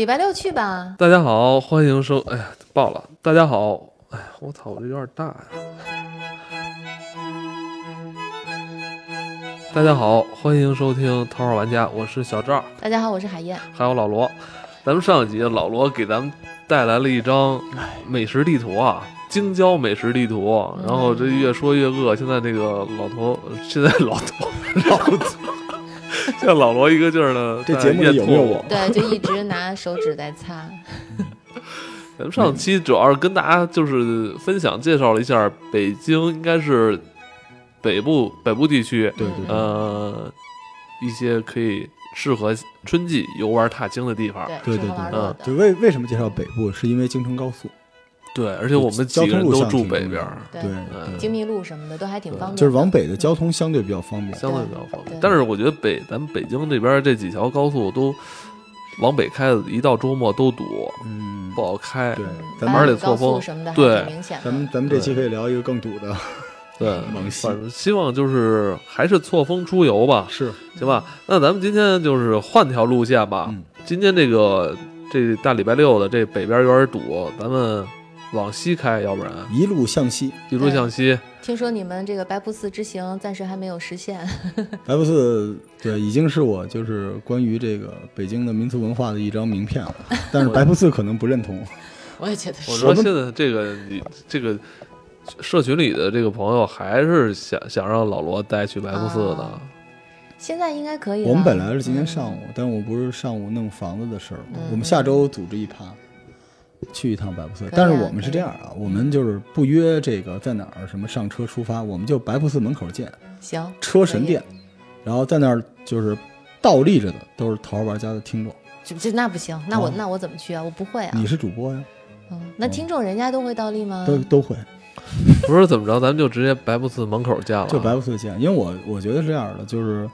礼拜六去吧。大家好，欢迎收，哎呀，爆了！大家好，哎呀，我操，我这有点大呀。大家好，欢迎收听《头号玩家》，我是小赵，大家好，我是海燕。还有老罗。咱们上一集老罗给咱们带来了一张美食地图啊，京郊美食地图。啊然后这越说越饿，现在那个老头，现在老头，老头，像老罗一个劲儿的这节目里有啊没有我？对，就一直拿手指在擦。咱们上期主要是跟大家就是分享介绍了一下北京，应该是北部北部地区， 对对对呃，一些可以适合春季游玩踏青的地方。对，对对嗯吃喝玩对乐就的。为为什么介绍北部，是因为京承高速，对，而且我们几个人都住北边儿，嗯对对对，精密路什么的都还挺方便的。就是往北的交通相对比较方便。相对比较方便对。但是我觉得北咱们北京这边这几条高速都往北开，一到周末都堵，嗯，不好开。对嗯，咱八们而里且错高速峰什么的还对挺明显的。咱们咱们这期可以聊一个更堵的，对， 往西反正希望就是还是错峰出游吧，是行吧？那咱们今天就是换条路线吧。嗯今天这个这大礼拜六的这北边有点堵，咱们往西开，要不然一路向西，一路向西。哎听说你们这个白瀑寺之行暂时还没有实现，白布寺对，已经是我就是关于这个北京的民族文化的一张名片了。但是白布寺可能不认同， 我也觉得我是。说现在这个你这个社群里的这个朋友还是想想让老罗带去白布寺的，啊现在应该可以了。我们本来是今天上午，午，但我不是上午弄房子的事儿嘛嗯，我们下周组织一趴，去一趟白布寺可以。啊但是我们是可这以样啊，我们就是不约这个在哪儿什么上车出发，我们就白布寺门口见，嗯行，车神殿，然后在那儿就是倒立着的都是《头号玩家》的听众，这这那不行，那我哦那我怎么去啊？我不会啊你。是主播呀，嗯，那听众人家都会倒立吗？都都会，啊不是怎么着，咱们就直接白布寺门口见了。啊就白布寺见，因为我我觉得是这样的，就是。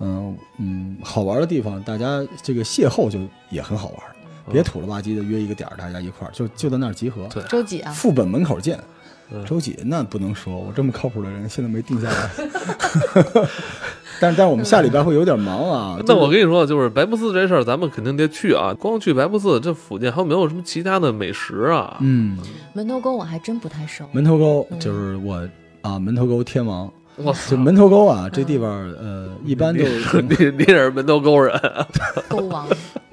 嗯嗯，好玩的地方，大家这个邂逅就也很好玩，嗯别土了吧唧的约一个点儿，大家一块儿就就在那儿集合。对周几啊？副本门口见嗯。周几那不能说，我这么靠谱的人现在没定下 来。 但是但是我们下礼拜会有点忙啊。 那我就是跟你说，就是白布寺这事儿，咱们肯定得去啊！光去白布寺这附近还有没有什么其他的美食啊？嗯，门头沟我还真不太熟。门头沟就是我啊，门头沟天王，我操就！门头沟啊这地方呃，一般就 你你也是门头沟人，沟王，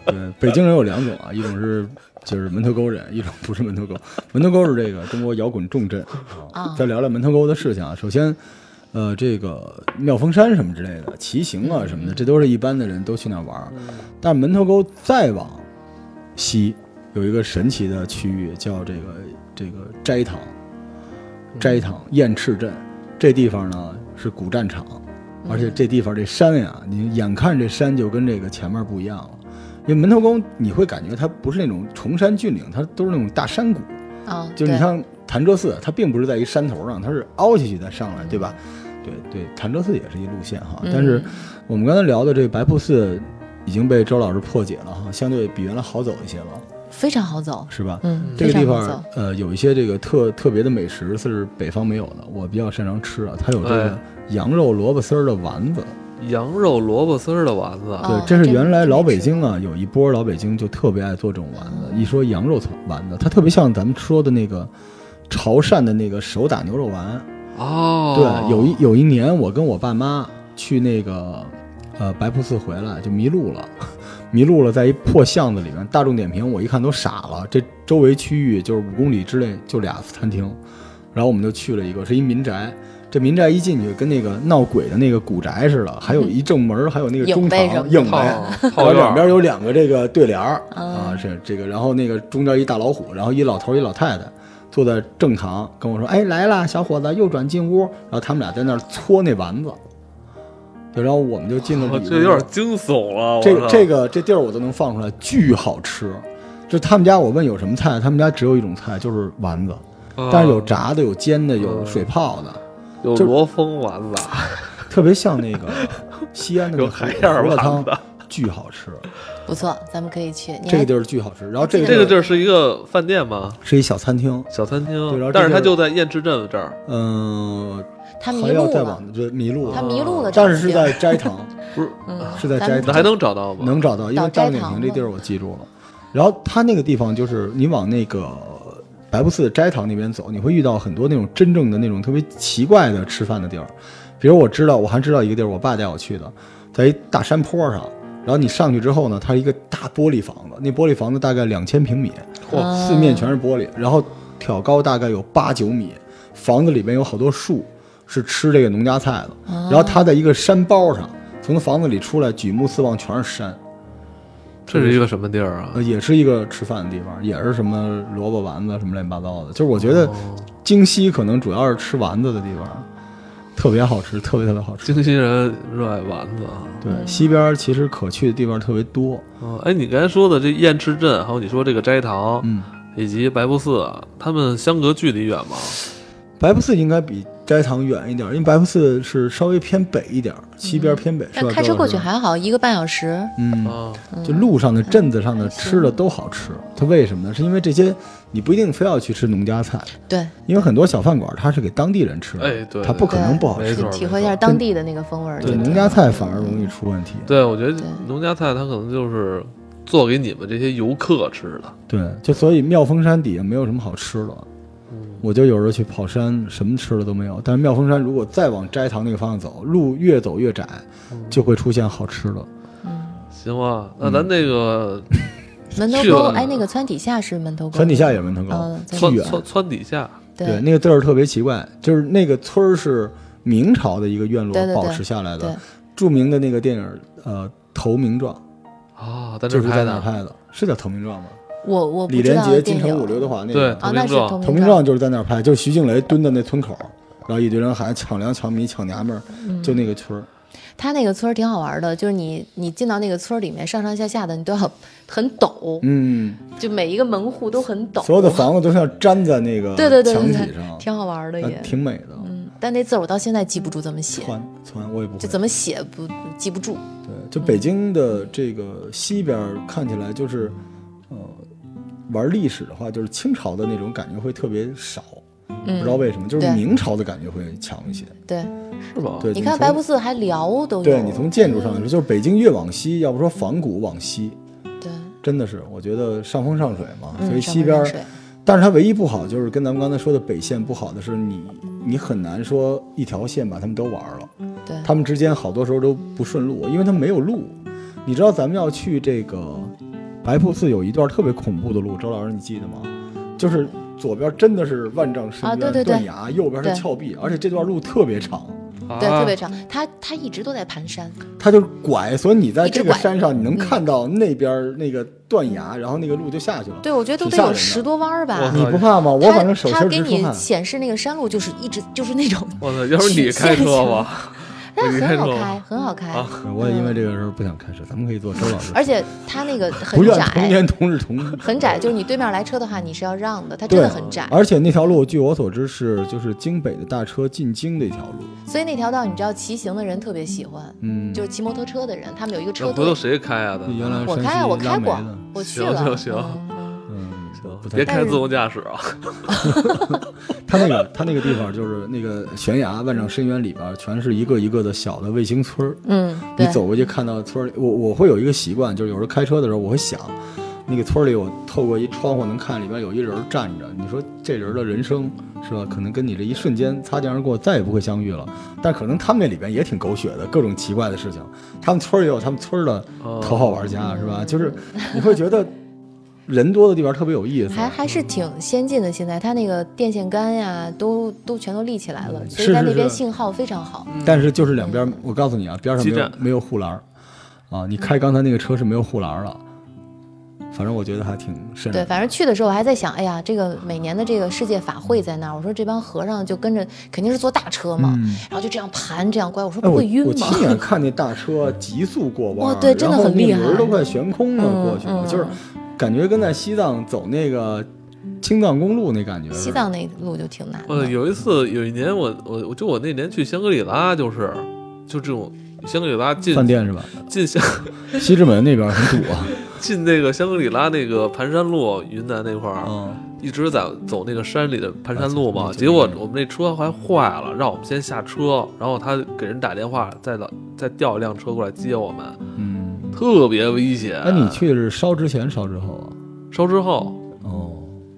对北京人有两种啊，一种是就是门头沟人，一种不是门头沟。门头沟是这个中国摇滚重镇啊再聊聊门头沟的事情啊，首先。呃，这个妙峰山什么之类的，骑行啊什么的，这都是一般的人都去那儿玩儿。但门头沟再往西有一个神奇的区域，叫这个这个斋堂，斋堂燕赤镇。这地方呢是古战场，而且这地方这山呀，你眼看这山就跟这个前面不一样了。因为门头沟你会感觉它不是那种崇山峻岭，它都是那种大山谷。啊，就是你对像潭柘寺，它并不是在一山头上，它是凹下去再上来，对吧？嗯对对，潭柘寺也是一路线哈。但是我们刚才聊的这个白瀑寺已经被周老师破解了哈，相对比原来好走一些了，非常好走，是吧？嗯，这个地非常好方走，呃有一些这个特特别的美食是北方没有的，我比较擅长吃啊，它有这个哎羊肉萝卜丝儿的丸子，羊肉萝卜丝儿的丸子，啊对哦，这是这个原来真老没北吃京啊，有一波老北京就特别爱做这种丸子。一说羊肉丸子，它特别像咱们说的那个潮汕的那个手打牛肉丸。哦，对，有一有一年我跟我爸妈去那个呃白瀑寺回来就迷路了， 迷路了，在一破巷子里面，大众点评我一看都傻了，这周围区域就是五公里之内就俩餐厅，然后我们就去了一个，是一民宅。这民宅一进去，跟那个闹鬼的那个古宅似的，还有一正门，还有那个影中呗堂什么的影套呗，然套后院两儿嗯边有两个这个对联儿啊啊，是这个，然后那个中间一大老虎，然后一老头儿一老太太坐在正堂跟我说：“哎，来啦，小伙子，右转进屋。”然后他们俩在那儿搓那丸子，对，然后我们就进了我里屋。哦这有点惊悚了。我这操这个这地儿我都能放出来，巨好吃。就他们家，我问有什么菜，他们家只有一种菜，就是丸子，啊但是有炸的，有煎的，有水泡的，有就罗峰丸子，特别像那个西安的那有个海胡燕儿胡萝丸汤子，。巨好吃。不错，咱们可以去。你这还个地儿巨好吃。然后这个这个地儿儿是一个饭店吗？是一小餐厅，小餐对然厅后，但是这它地儿就在雁翅镇这儿，嗯，他迷还要路再了，往这迷路他了，迷路了，但是是这个在斋堂， 不是？嗯是在咱斋们堂那还能找到吗？能找到，因为到斋大众点堂评这了地儿我记住了。然后它那个地方就是你往那个白布寺斋堂那边走，你会遇到很多那种真正的那种特别奇怪的吃饭的地儿。比如我知道，我还知道一个地儿，我爸带我去的，在一大山坡上。然后你上去之后呢，它是一个大玻璃房子，那玻璃房子大概两千平米，哇四面全是玻璃，然后挑高大概有八九米，房子里面有好多树是吃这个农家菜的。哦然后它在一个山包上，从房子里出来，举目四望全是山。这是一个什么地儿啊？呃，也是一个吃饭的地方，也是什么萝卜丸子什么乱七八糟的。就是我觉得哦京西可能主要是吃丸子的地方，特别好吃，特别特别好吃。京西人热爱丸子啊。对，西边其实可去的地方特别多。嗯，哎，你刚才说的这燕赤镇，还有你说这个斋堂嗯，以及白布寺，啊他们相隔距离远吗？白布寺应该比斋堂远一点，因为白布寺是稍微偏北一点，西边偏北。是嗯但吧？开周车老过师去还好，一个半小时。嗯，啊，就路上的、镇子上嗯的吃的都好吃。它为什么呢？是因为这些你不一定非要去吃农家菜，对，因为很多小饭馆它是给当地人吃的，哎对对它不可能不好没吃。错去体会一没下错当地的那个风味儿。对，就农挺家好菜反而容易出问题。对，我觉得对农家菜它可能就是做给你们这些游客吃的。对，就所以妙峰山底下没有什么好吃的。嗯我就有时候去跑山，什么吃的都没有。但是妙峰山如果再往斋堂那个方向走，路越走越窄，嗯就会出现好吃的。行吧，那嗯咱那个门头去沟，了哎，那个川底下是门头沟吗，船底下也门头沟嗯，巨窜远。窜窜底下，对，对那个字儿特别奇怪，就是那个村儿是明朝的一个院对对落对保持下来对的，著名的那个电影呃《投名状啊，在》这就是儿在拍那儿的。拍的，是叫《投名状》吗？我我不李知连道杰、电金城武、影刘德华那对个，啊，那是投投名状投名名状状就是在那儿拍，就是徐静蕾蹲在那村口，然后一堆人喊抢粮、抢米、抢娘们儿，嗯就那个村儿。他那个村儿挺好玩的，就是你你进到那个村儿里面，上上下下的你都要很陡，嗯，就每一个门户都很陡。所有的房子都像粘在那个对对对墙对体对，上，挺好玩的呃也。挺美的。嗯，但那字儿我到现在记不住怎么写，窜窜，我也不会。就怎么写不记不住。对，就北京的这个西边儿看起来就是，呃，玩历史的话，就是清朝的那种感觉会特别少，不知道为什么，就是对明朝的感觉会强一些。嗯对，是吧？对，你看从白布寺还辽都有。嗯对你从建筑上来说，就是北京越往西，要不说仿古往西，对，真的是我觉得上风上水嘛，嗯所以上西风边上儿。水但是它唯一不好就是跟咱们刚才说的北线不好的是你，你很难说一条线把他们都玩了，对他们之间好多时候都不顺路，因为它没有路。你知道咱们要去这个白瀑寺有一段特别恐怖的路，周老师你记得吗？就是左边真的是万丈深啊对渊、对对断崖，右边是对峭壁，而且这段路特别长，啊对特别长，他他一直都在盘山。它就是拐，所以你在一直这个拐嗯山上你能看到那边那个断崖，然后那个路就下去了。对，我觉得都挺得吓有人的十多弯儿吧。哇你不怕吗？我他反正手他心给直出你汗。显示那个山路就是一直就是那 种，我操，要是你开车吧，但你是看很好这种开，很好开，我也因为这个事儿不想开车，咱们可以做周老师。而且它那 个很不愿同窄，年同日同 日。很窄，就是你对面来车的话，你是要让的，它真对啊的很窄。而且那条路，据我所知是就是京北的大车进京的一条路。所以那条道你知道，骑行的人特别喜欢，嗯，就是骑摩托车的人，他们有一个那车回头队。谁开啊？咱原来我山西开啊，我拉开煤过的，我去行了。行行嗯嗯嗯，不别太。开自动驾驶啊！他那个他那个地方就是那个悬崖万丈深渊里边，全是一个一个的小的卫星村儿。嗯，你对，走过去看到村儿里，我我会有一个习惯，就是有时候开车的时候，我会想，那个村儿里我透过一窗户能看里边有一人站着，你说这人的人生是吧？可能跟你这一瞬间擦肩而过，再也不会相遇了。但可能他们那里边也挺狗血的，各种奇怪的事情。他们村儿也有他们村儿的头号玩家、是吧？就是你会觉得人多的地方特别有意思。还还是挺先进的。现在它那个电线杆呀，都都全都立起来了，所嗯是以在是那边是嗯信号非常好。但是就是两边，我告诉你啊，边上没基有站没有护栏儿啊，你开刚才那个车是没有护栏儿的。反正我觉得还挺深。对，反正去的时候我还在想，哎呀，这个每年的这个世界法会在那儿，我说这帮和尚就跟着肯定是坐大车嘛，然后就这样盘这样拐，我说嗯哎，不我会晕我吗？亲眼看那大车急速过弯儿，哦对真的很厉害然后那轮儿都快悬空了，嗯过去了，嗯就是感觉跟在西藏走那个青藏公路那感觉。西，藏那路就挺难我的，有一次，有一年我我我就我那年去香格里拉，就是就这种香格里拉进饭店是吧？进香西直门那边 很堵啊。进那个香格里拉那个盘山路，云南那块儿、嗯，一直在走那个山里的盘山路嘛。啊结果我们那车还坏了，让我们先下车，然后他给人打电话，再老再调一辆车过来接我们，嗯，特别危险。那你去是烧之前烧之后啊？烧之后，哦，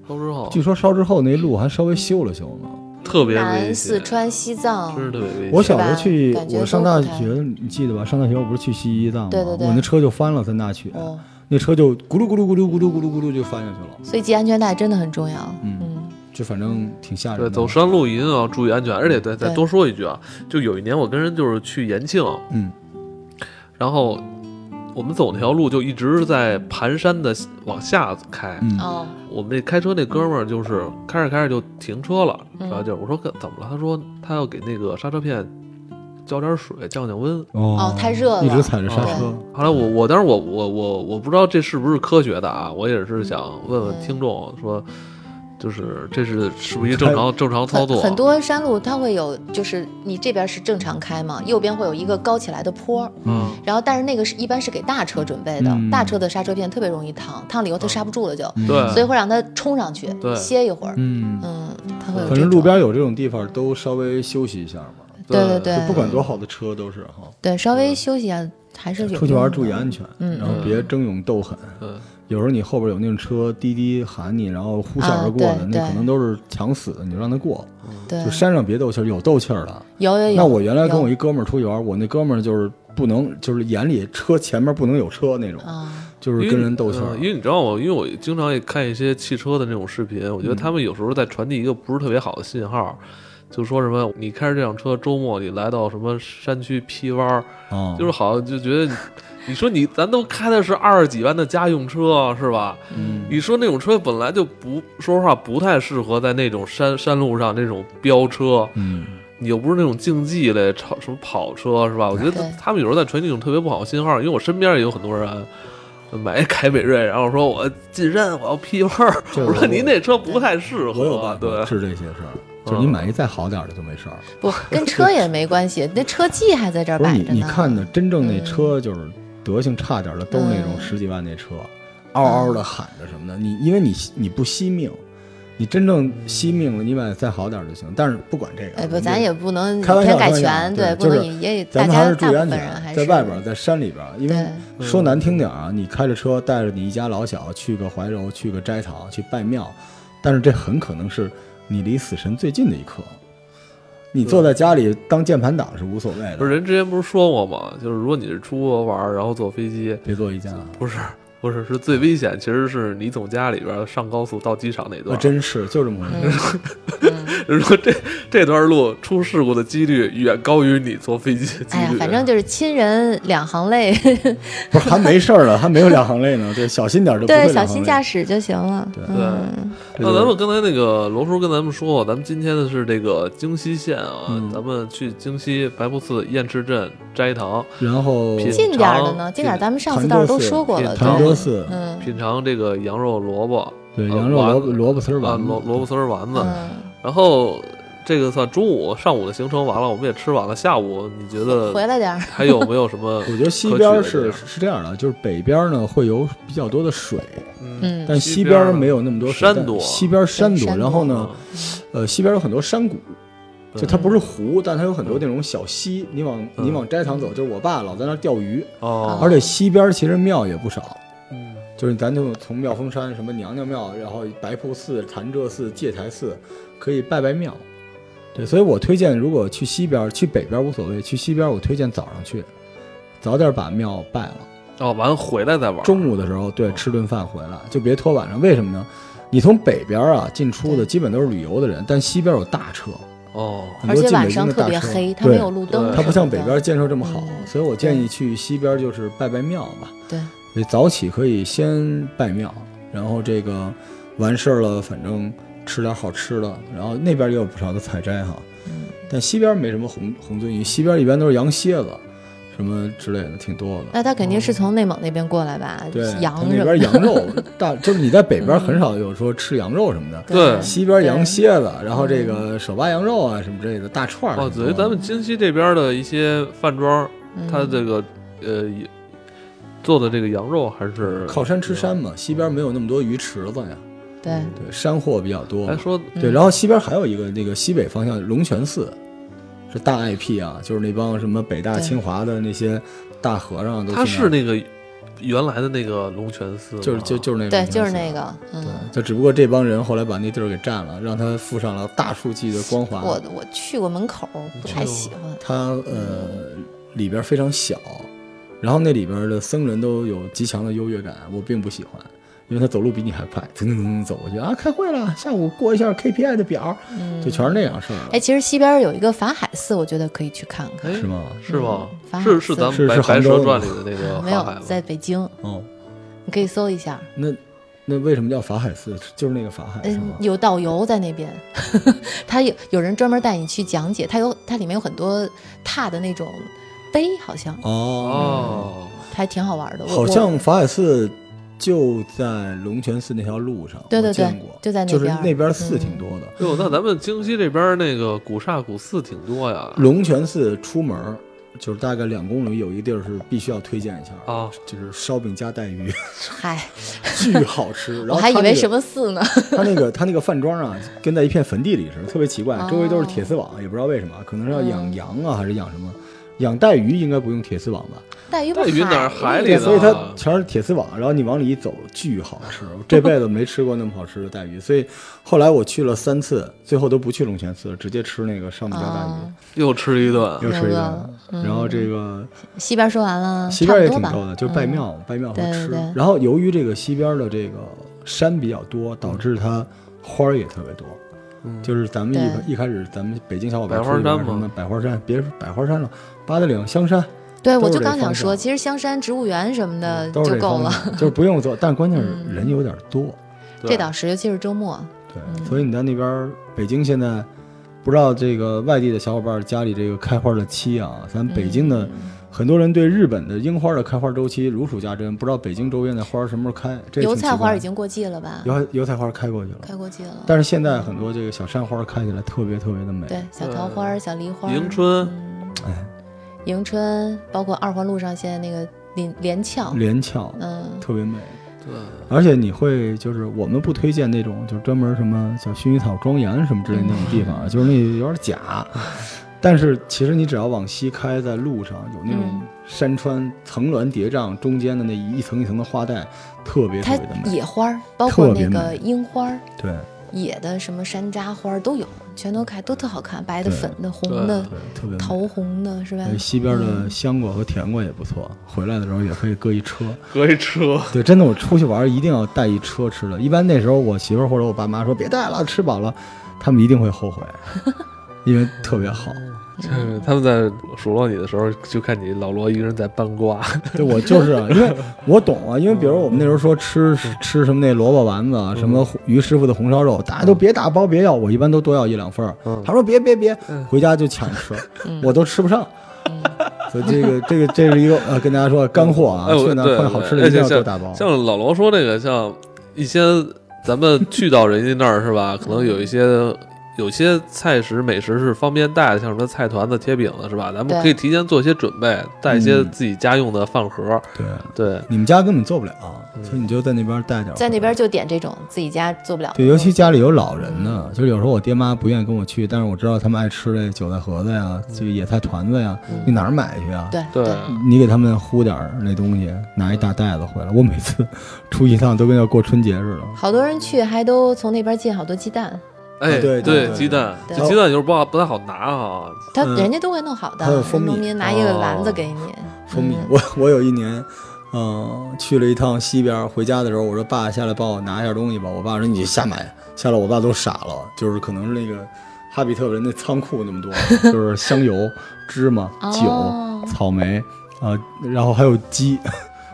烧之后据说烧之后那路还稍微修了修呢。特别危南、四险，川、西藏真，是特别危险。我小时候去是吧感，觉我上都大不学，你记得吧？上大学我不是去西藏吗？对对对我那车就翻了，在那去，哦，那车就咕噜咕噜咕噜咕噜咕噜咕噜就翻下去了，所以系安全带真的很重要。嗯嗯，就反正挺吓人对，的。走山路一定要注意安全。而且再再对多说一句啊，就有一年我跟人就是去延庆，嗯，然后我们走那条路就一直是在盘山的往下开。嗯哦，我们那开车那哥们儿就是开着开着就停车了，嗯然后就是我说怎么了？他说他要给那个刹车片浇点水降降温。哦，太热了，哦一直踩着刹车。后来嗯我我当时我我我我不知道这是不是科学的啊，我也是想问问嗯听众啊说，就是这是是不是一正常正常操很作？啊很多山路它会有，就是你这边是正常开嘛，右边会有一个高起来的坡，嗯，然后但是那个是一般是给大车准备的，嗯大车的刹车片特别容易烫，烫了以后它刹不住了就，嗯对所以会让它冲上去对歇一会儿。嗯，嗯，它会有反这正种路边有这种地方都稍微休息一下吧，对对对就对，不管多好的车都是哈。对稍微休息一下还是有出去玩注用意的安全，嗯然后别争勇斗狠。对有时候你后边有那种车滴滴喊你，然后呼啸而过的，啊对那可对能都是抢死的，你就让他过。对就，山上别斗气儿，有斗气儿的。有有有。那我原来跟我有一哥们儿出去玩，我那哥们儿就是不能，就是眼里车前面不能有车那种，啊，就因为是跟人斗气嗯儿。因为你知道我，因为我经常也看一些汽车的那种视频，我觉得他们有时候在传递一个不是特别好的信号，就说什么你开着这辆车周末你来到什么山区劈弯儿，啊，就是好像就觉得你。你说你，咱都开的是二十几万的家用车，是吧？嗯你说那种车本来就不，说实话不太适合在那种山山路上那种飙车，嗯，你又不是那种竞技类超什么跑车是吧？我觉得对他们有时候在传递一种特别不好的信号，因为我身边也有很多人买一凯美瑞，然后说我进山我要劈弯儿， 这个我说您那嗯车不太适合，哦我有办法对，治这些事儿。就是你买一再好点儿的就没事儿。 不跟车也没关系，那车技还在这儿不是摆你着呢。你看的真正那车就是德行差点的，都是那种嗯十几万那车，嗷嗷的喊着什么的。你因为你你不惜命，你真正惜命了，你买再好点儿就行。但是不管这个，哎，我不，们咱这也不能以开玩笑偏概开玩笑全，对不就是能以也咱大们还家是注大意部安分全人还，在是外边儿，在山里边儿，因为对说难听点儿啊，你开着车带着你一家老小去个怀柔，去个斋堂，去拜庙，但是这很可能是你离死神最近的一刻。你坐在家里当键盘党是无所谓不是的，人之前不是说过吗？就是如果你是出国玩儿，然后坐飞机，别坐一啊家。不是不是是最危险，其实是你从家里边儿上高速到机场那我段。啊真是就这么回事。嗯人说这这段路出事故的几率远高于你坐飞机的几哎率。呀，反正就是亲人两行泪，不是还没事儿呢，还没有两行泪呢，对，小心点儿就不会对，两小行心泪驾驶就行了。对对嗯，这就那是咱们刚才那个罗叔跟咱们说，咱们今天的是这个京西县啊，嗯咱们去京西白布寺燕池镇斋堂然后品近点儿的长呢，这近点儿，个咱们上次潭倒是柘都寺说过了，长潭柘对，寺，嗯品尝这个羊肉萝卜对，呃羊肉萝卜丸萝卜丝儿啊丸子萝萝卜丝儿丸子，嗯，然后这个算中午上午的行程完了，我们也吃完了，下午你觉回得来点儿，还有没有什么可取的 我地方？觉得西边儿是是这样的，就是北边儿呢会有比较多的水，嗯嗯，但西西边边儿儿没有那么多水山但多西边儿山对多。山然后多呢，呃，西边儿有很多山谷，对就它不是湖，但它有很多那种小溪。你往你往斋堂走，就是我爸老在那儿钓鱼，哦而且西边儿其实庙也不少。嗯就是咱就从妙峰山什么娘娘庙，然后白瀑寺、潭柘寺、戒台寺，可以拜拜庙。对，所以我推荐，如果去西边儿，去北边儿无所谓，去西边儿我推荐早上去，早点把庙拜了，哦，完回来再玩儿。中午的时候对吃顿饭回来，就别拖晚上。为什么呢？你从北边儿啊进出的基本都是旅游的人，但西边儿有大车，哦，很而多且进晚北京上的特大别车，黑，它对没有路灯什么对的，它不像北边儿建设这么好，嗯所以我建议去西边儿就是拜拜庙吧。对，所以早起可以先拜庙，然后这个完事儿了，反正吃点好吃的，然后那边也有不少的采摘哈。嗯但西边没什么红红鳟鱼，西边一般都是羊蝎子，什么之类的，挺多的。那他肯定是从内蒙那边过来吧？哦对，呃羊它什那么的边羊 肉大，就是你在北边很少有说吃羊肉什么嗯的，对西边羊蝎子，然后这个手扒羊肉啊什么之类的大串儿哦，挺等于多的咱们京西这边的一些饭庄，嗯它这个呃也做的这个羊肉还是嗯靠山吃山。嘛，西边没有那么多鱼池子呀，对，嗯对，山货比较多嘛。哎，说嗯对，然后西边还有一个那个西北方向龙泉寺，是大 IP 啊，就是那帮什么北大、对清华的那些大和尚都去那儿。它是那个原来的那个龙泉寺吗，就是就就是那个对，龙泉就是寺那个，嗯，对，啊就只不过这帮人后来把那地儿给占了，让他附上了大数据的光环。啊我我去过门口，不嗯太喜欢。它呃里边非常小，然后那里边的僧人都有极强的优越感，我并不喜欢，因为他走路比你还快，腾腾腾腾走过去啊，开会了，下午过一下 KPI 的表，就全是那样事儿嗯哎，其实西边有一个法海寺，我觉得可以去看看。哎是吗？是吗嗯？法海是寺是咱是们白是白杭蛇州传的里的那 个没法海有，吗？在北京，哦，你可以搜一下。那那为什么叫法海寺？就是那个法海是嗯吗，？有导游在那边， 他有有人专门带你去讲解。它有它里面有很多拓的那种碑，好像哦，哦，还挺好玩的。我好我像法海寺。就在龙泉寺那条路上，对我对对见过就在那就是边儿那边寺嗯挺多的。哟，那咱们京西这边那个古刹古寺挺多呀。龙泉寺出门儿就是大概两公里有一地儿是必须要推荐一下的啊，就是烧饼加带 鱼，嗨，巨好吃。然我后还以它那为个什么寺 呢？他那个他那个饭庄啊，跟在一片坟地里似的，特别奇怪，周围都是哦铁丝网，也不知道为什么，可能是要养嗯羊啊，还是养什么。养带鱼应该不用铁丝网吧？带鱼不带鱼哪儿海海对里呢所以它全是铁丝网，然后你往里一走，巨好吃。我这辈子没吃过那么好吃的带鱼，所以后来我去了三次，最后都不去龙泉寺，直接吃那个烧饼加嗯带啊鱼，，又吃一顿，又吃饿一顿了。然后这个西边说完了，西边也嗯差挺不高多吧嗯的，就是拜庙，拜庙会对吃。对对然后由于这个西边的这个山比较多，导致它花儿也特别多。嗯就是咱们一对一开始咱们北京小伙伴百花出去玩山什嘛么百花山，别说百花山了，八达岭、香山对，都我是就这刚想方说，向嗯其实香山植物园什么的都是就这够方了，向，就是不用 走。但关键是嗯人有点多，对这倒是，尤其是周末。嗯对，所以你在那边儿北京现在。不知道这个外地的小伙伴家里这个开花的期啊，咱北京嗯的很多人对日本的樱花的开花周期如数家珍，不知道北京周边的花儿什么时候开。这也油挺菜奇花怪已经过季了吧？油油菜花开过去了，嗯开过季了。但是现在很多这个小山花看起来特别特别的美。对，小桃花呃儿、小梨花儿、迎春嗯哎，迎春，包括二环路上现在那个连连翘，连翘嗯，特别美，对，而且你会就是我们不推荐那种就是专门什么叫薰衣草庄园什么之类的那种地嗯方啊，就是那有点 假。但是其实你只要往西开，在路上有那种嗯山川层峦叠嶂，中间的那一层一层的花带，特别它特别的美。野花儿，包括特那别个美樱花儿、对，野的什么山楂花儿都有，全都开，都特好看，白的、对粉的、红的对、对，特别美。桃嗯红的，是吧？呃西边的香瓜和甜瓜也不错，回来的时候也可以搁一车。隔一车， 对，真的，我出去玩儿一定要带一车吃的。一般那时候我媳妇儿或者我爸妈说别带了，吃饱了，他们一定会 后悔，因为特别好。哦就是他们在数落你的时候，就看你老罗一个人在搬 瓜，对我就是啊，因为我懂啊，因为比如我们那时候说哦吃吃什么那萝卜丸子啊，什么红于师傅的红烧肉，大家都别打包别要，我一般都多要一两份儿嗯。嗯他说别别别，回家就抢吃，我都吃不上。所以这个这个这是一个呃，跟大家说干货啊，哎我去哪对儿换好吃的对一定要像多打包。 像老罗说这个，像一些咱们去到人家那儿是吧？嗯可能有一些有些菜食美食是方便带的，像什么菜团子、贴饼子是吧？咱们对可以提前做一些准备，带一些嗯自己家用的饭盒。对，对，你们家根本做不了，啊嗯所以你就在那边带点儿回来。在那边就点这种自己家做不了的那种。对，尤其家里有老人呢，就是有时候我爹妈不愿意跟我去，但是我知道他们爱吃这韭菜盒子呀，这个野菜团子呀，你哪儿买去啊？对对，你给他们呼点儿那东西，拿一大袋子回来。我每次 出一趟都跟要过春节似的。好多人去还都从那边进好多鸡蛋，哎，啊对，对对鸡蛋，对这鸡蛋有时候不好不太好拿啊。他嗯人家都会弄好的，还有蜂蜜农民拿一个篮子哦给你，蜂蜜嗯，我我有一年，嗯，去了一趟西边，回家的时候我说爸下来帮我拿一下东西吧，我爸说你瞎买，下来我爸都傻了，就是可能是那个哈比特人那仓库 那么多，就是香油、芝麻、哦酒、草莓啊、然后还有鸡。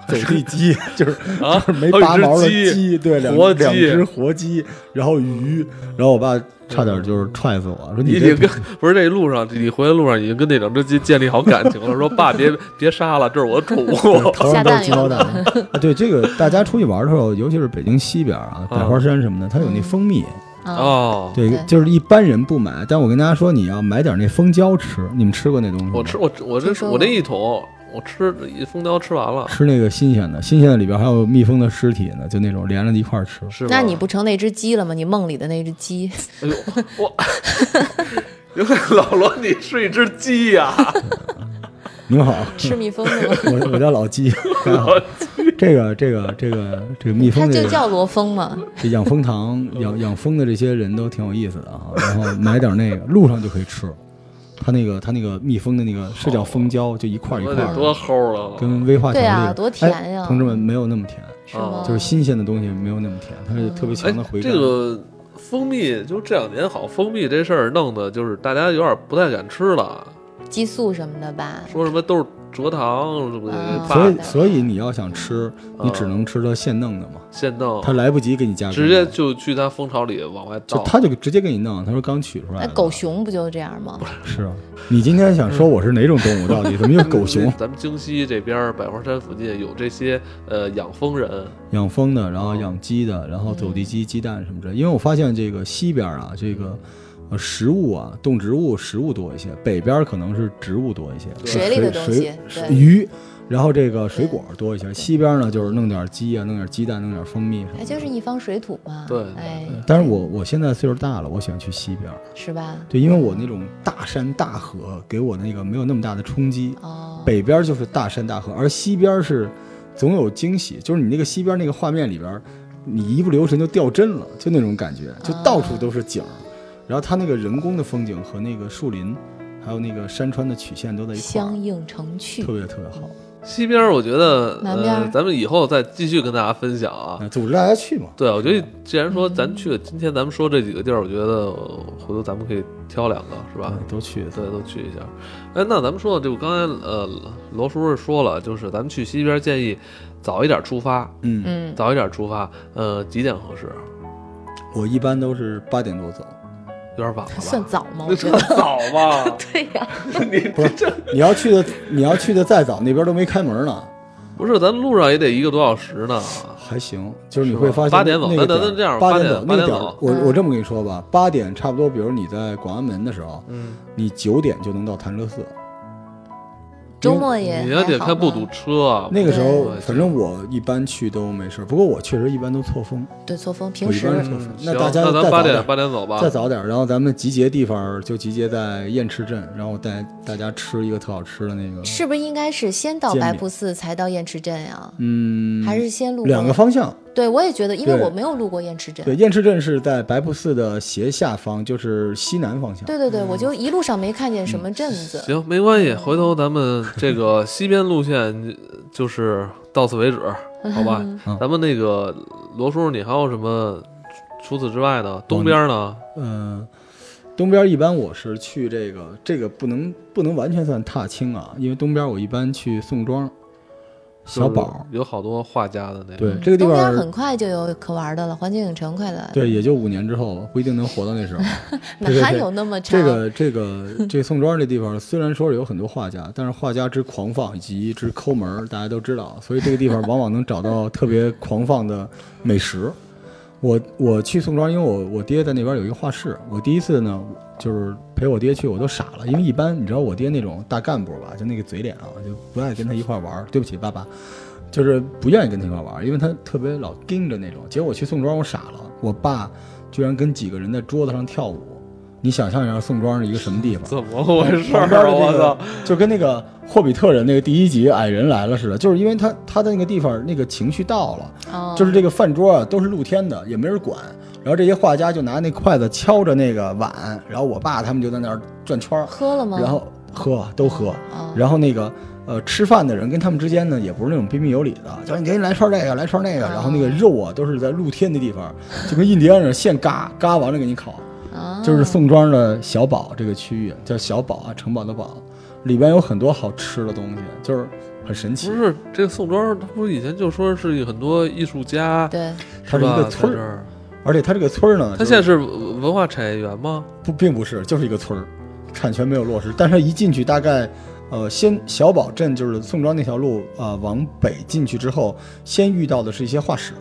走地鸡 就是啊就是 没还有一拔毛的只鸡鸡，对，两活鸡两只活鸡，然后鱼，然后我爸差点就是踹死我，说你这得跟不是这一路上，你回来路上已经跟那两只鸡建立好感情了，说爸别别杀了，这是我的 宠物。头下上都蛋是有金包蛋啊！对这个，大家出去玩的时候，尤其是北京西边啊，百花山什么的，它有那蜂蜜。啊，哦，对嗯对，就是一般人不买，但我跟大家说，你要买点那蜂胶吃。你们吃过那东西吗？我吃我我听这说我这过一桶，我吃一蜂胶吃完了，吃那个新鲜的，新鲜的里边还有蜜蜂的尸体呢，就那种连着一块 儿吃。是吗？那你不成那只鸡了吗？你梦里的那只 鸡，哎呦，我， 有可能老罗你是一只鸡呀、您好，吃蜜蜂的吗？ 我我叫老鸡，大家好这个这个这个这个蜜它蜂这就个叫罗峰嘛，这养蜂堂 养养蜂的这些人都挺有意思的啊，然后买点那个，路上就可以吃。它那个它那个蜜蜂的那个是叫蜂胶，就一块儿一哦我块得多儿，齁了，跟威化条对啊那个多甜呀哦哎同志们没有那么甜，是吗？就是新鲜的东西没有那么甜，它是特别强的哎，回甘。这个蜂蜜就这两年好，蜂蜜这事儿弄的就是大家有点不太敢吃了，激素什么的吧。说什么都是蔗糖什么嗯的，大所怕的以所以你要想吃，你只能吃它现弄的嘛，现弄，它来不及给你加哦工，直接就去他蜂巢里往外啊就倒。？它就直接给你弄。他说刚取出来那的，狗熊不就这样吗？是啊。你今天想说我是哪种动物？到底怎么又狗熊咱们京西这边儿百花山附近有这些呃养蜂人，养蜂的，然后养鸡的，然后走地鸡、鸡蛋什么之类的。因为我发现这个西边啊，这个呃食物啊，动植物、食物多一些；北边可能是植物多一些，对水里的东西水对水鱼，然后这个水果多一些。西边呢，就是弄点鸡啊，弄点鸡蛋，弄点蜂蜜什么它的。就是一方水土嘛。对哎，但是我我现在岁数大了，我喜欢去西边，是吧？对，因为我那种大山大河给我那个没有那么大的冲击。哦，北边就是大山大河，而西边是总有惊喜，就是你那个西边那个画面里边，你一不留神就掉帧了，就那种感觉，就到处都是景儿。然后它那个人工的风景和那个树林，还有那个山川的曲线都在一块相儿，应成趣特。别特别好。西边儿我觉得南边呃儿咱们以后再继续跟大家分享啊。那组织大家去嘛，对，我觉得既然说咱去了，今天咱们说这几个地儿，我觉得呃回头咱们可以挑两个，是吧？嗯都去对，都去一下。哎，那咱们说到这个，刚才呃，罗叔是说了，就是咱们去西边建议早一点出发，嗯，嗯，早一点出发，呃，几点合适？我一般都是八 点多走。有点晚了吧？算早吗？我那觉 算得。早吧？对呀，不是，你要去的你要去的再早，那边都没开门呢，不是，咱路上也得一个多小时呢。还行。就是你是会吧发现八点走那那个咱点咱这样八八点点走那个八点点走儿，我嗯我这么跟你说吧，八点差不多，比如你在广安门的时候，嗯，你九点就能到潭柘寺。周末也你要得还好看不吗堵车啊。那个时候对，反正我一般去都没事儿，不过我确实一般都错峰，对错峰，平我一般是时错峰嗯。那行大家那再咱八早点点，八点走吧再。早点，然后咱们集结地方就集结在雁翅镇，然后带大家吃一个特好吃的那个，是不是应该是先到煎白饼瀑寺才到雁翅镇呀？嗯，还是先路过两个？方向。对，我也觉得，因为对我没有路过雁翅镇。对，雁翅镇是在白瀑寺的斜下方，就是西南方向。对对对，嗯我就一路上没看见什么镇子。行，没关系，回头咱们这个西边路线就是到此为止，好吧？咱们那个罗叔，你还有什么除此之外呢？东边呢？嗯，东边一般我是去这个，这个不能不能完全算踏青啊，因为东边我一般去宋庄、小宝，有好多画家的那个。对这个地东边方很快就有可玩的了，环球影城快来了。对，也就五年之后吧，不一定能活到那时候。哪对对还对有那么长？这个这 个这宋庄这地方，虽然说是有很多画家，但是画家之狂放以及之抠门儿，大家都知道，所以这个地方往往能找 到特别狂放的美食。我我去宋庄，因为我我爹在那边有一个画室，我第一次呢就是陪我爹去，我都傻了，因为一般你知道我爹那种大干部吧，就那个嘴脸啊，就不爱跟他一块玩儿。对不起，爸爸，就是不愿意跟他一块玩儿，因为他特别老盯着那种。结果我去宋庄，我傻了，我爸居然跟几个人在桌子上跳舞。你想象一下宋庄是一个什么地方？ 怎么回事旁边儿？啊的我这操个！就跟那个霍比特人那个第一集矮人来了似的，就是因为他他的那个地方那个情绪到了，哦就是这个饭桌啊都是露天的，也没人管。然后这些画家就拿那筷子敲着那个碗，然后我爸他们就在那儿转圈儿，喝了吗？然后喝都喝，哦然后那个呃吃饭的人跟他们之间呢也不是那种彬彬有礼的，就是你给你来串这个，来串那个，然后那个肉啊都是在露天的地方，就跟印第安人现嘎嘎完了给你烤。啊就是宋庄的小堡这个区域，叫小堡啊，城堡的堡，里边有很多好吃的东西，就是很神奇不。是这个宋庄，他不是以前就说是很多艺术家，对，它是一吧？个村儿，儿，而且它这个村儿呢，它就现在是文化产业园吗？不并不是，就是一个村儿，产权没有落实。但是它一进去，大概呃，先小堡镇就是宋庄那条路啊、呃往北进去之后，先遇到的是一些画室，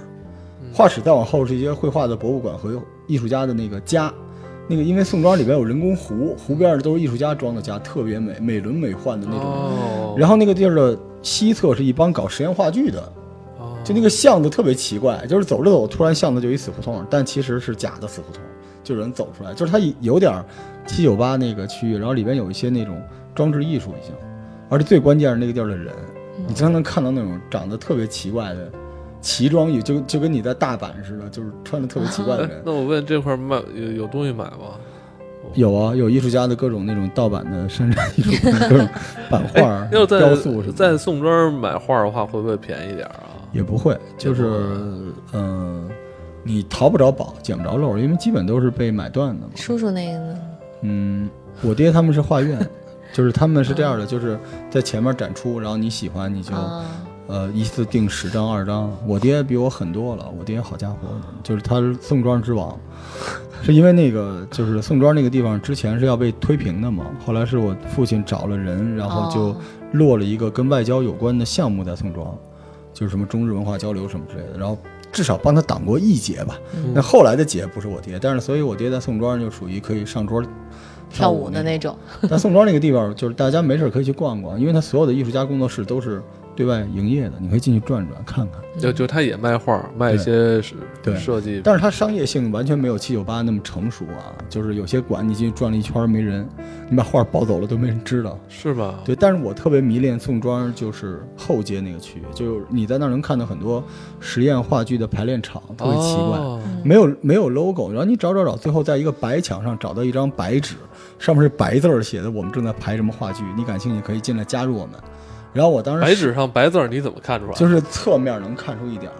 画室再往后是一些绘画的博物馆和艺术家的那个家。那个因为宋庄里边有人工湖，湖边儿都是艺术家装的家，特别美，美轮美奂的那种。哦，然后那个地儿的西侧是一帮搞实验话剧的，哦就那个巷子特别奇怪，就是走着走，突然巷子就一死胡同，但其实是假的死胡同，就有人走出来，就是它有点七九八那个区域，然后里边有一些那种装置艺术已经，而且最关键是那个地儿的人，你经常能看到那种长得特别奇怪的奇装异，就就跟你在大阪似的，就是穿着特别奇怪的哎人，。那我问这块儿卖有有东西买吗？ 有啊，有艺术家的各种那种盗版的，甚至艺术家的各种版画哎 儿、要在雕塑什么的在，宋庄买画的话，会不会便宜点儿啊？也不会，就是嗯、呃你淘不着宝，捡不着漏儿，因为基本都是被买断的嘛。叔叔那个呢？嗯，我爹他们是画 院，就是他们是这样的，就是在前面展出，然后你喜欢你就、啊，呃一次订十张二张。我爹比我狠多了，我爹好家伙，就是他是宋庄之王， 是因为那个就是宋庄那个地方之前是要被推平的嘛，后来是我父亲找了人，然后就哦落了一个跟外交有关的项目在宋庄，就是什么中日文化交流什么之类的，然后。至少帮他挡过一劫吧。嗯那后来的劫不是我爹，但是所以我爹在宋庄就属于可以上桌跳舞的那种。那种，但宋庄那个地方，就是大家没事儿可以去逛逛，因为它所有的艺术家工作室都是对外营业的，你可以进去转转看看。就就他也卖画，卖一些是嗯对设计。但是它商业性完全没有七九八那么成熟啊，就是有些馆你进去转了一圈儿没人，你把画儿抱走了都没人知道。是吧？对，但是我特别迷恋宋庄，就是后街那个区域，就是你在那儿能看到很多实验话剧的排练场，特别奇怪。哦没有没有 logo，然后你找找找，最后在一个白墙上找到一张白纸，上面是白字儿写的，我们正在排什么话剧，你感兴趣可以进来加入我们。然后我当时白纸上白字儿你怎么看出来？就是侧面能看出一点儿，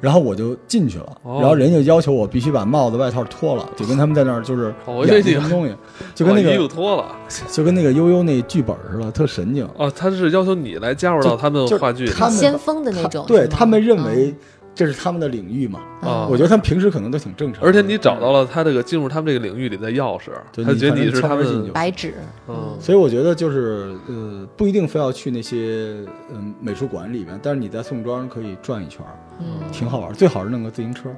然后我就进去了，哦然后人家要求我必须把帽子外套脱了，就跟他们在那儿就是哦我以为演你什么东西，就跟那哦衣服个脱了就跟那个悠悠那剧本似的，特神经。哦，他是要求你来加入到他们就话剧里他们先锋的那他种，对是吗嗯他们认为这是他们的领域嘛，啊我觉得他们平时可能都挺正常的。而且你找到了他这个进入他们这个领域里的钥匙，对他你觉得反你正是敲他门进们去白纸，嗯所以我觉得就是呃，不一定非要去那些嗯、美术馆里面，但是你在宋庄可以转一圈儿，嗯，挺好玩儿。最好是弄个自行车，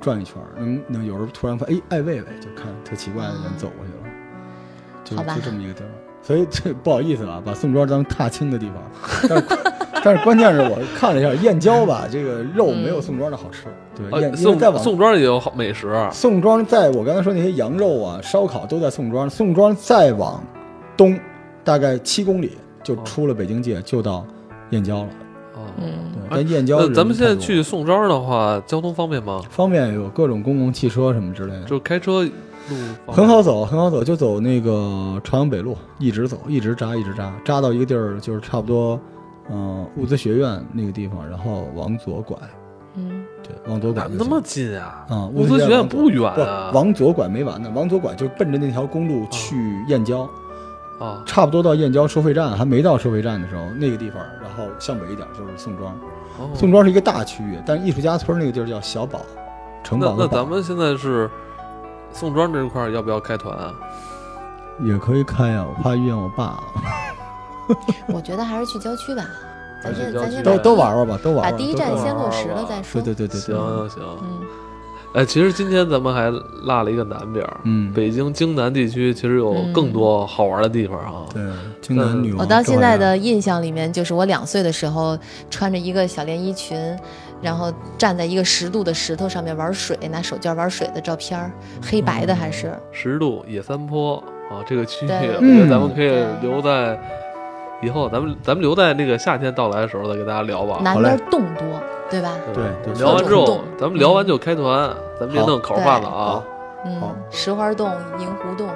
转一圈儿，能能有时候突然发哎艾喂喂，就看特奇怪的人走过去了，就好吧就这么一个地儿。所以这不好意思啊，把宋庄当踏青的地方，但是 但是关键是我看了一下燕郊吧，这个肉没有宋庄的好吃。对，燕呃，因为宋再往宋庄也有好美食，啊宋庄在我刚才说那些羊肉啊、烧烤都在宋庄，宋庄再往东大概七公里就出了北京界，就到燕郊了。哦嗯对，但燕郊那人咱们现在太多去宋庄的话，交通方便吗？方便有各种公共汽车什么之类的，就开车路方便很好走，很好走，就走那个朝阳北路，一直走，一直扎，一直扎，扎到一个地儿就是差不多，嗯、物资学院那个地方，然后往左拐，嗯，对，往左拐哪就么行。那么近啊？啊，物资学院不远不啊。往左拐没完呢，往左拐就是奔着那条公路去燕郊。啊，差不多到燕郊收费站，还没到收费站的时候，那个地方，然后向北一点就是宋庄。哦宋庄是一个大区域，但艺术家村那个地儿叫小堡，城那堡那的咱堡。们现在是宋庄这一块儿要不要开团啊？也可以开呀，我怕遇见我爸。嗯我觉得还是去郊区吧，咱还先是郊咱区先吧都把都玩玩吧，都玩把玩。啊第一站都玩先玩落实了再说。对对对对对，行行，嗯，哎，其实今天咱们还落了一个南边儿，嗯，北京京南地区其实有更多好玩的地方啊。对，京南女王。我到现在赵的印象里面，就是我两岁的时候穿着一个小连衣裙，然后站在一个十度的石头上面玩水，拿手绢玩水的照片儿，嗯黑白的还是。十渡、野三坡啊，这个区域，我对觉得咱们嗯可以留在以后，咱们咱们留在那个夏天到来的时候再给大家聊吧。南好嘞边冻多，对吧？吧对对聊完之各后种，动咱们聊完就开团，咱们别弄口饭了啊。嗯好，石花洞、银湖洞，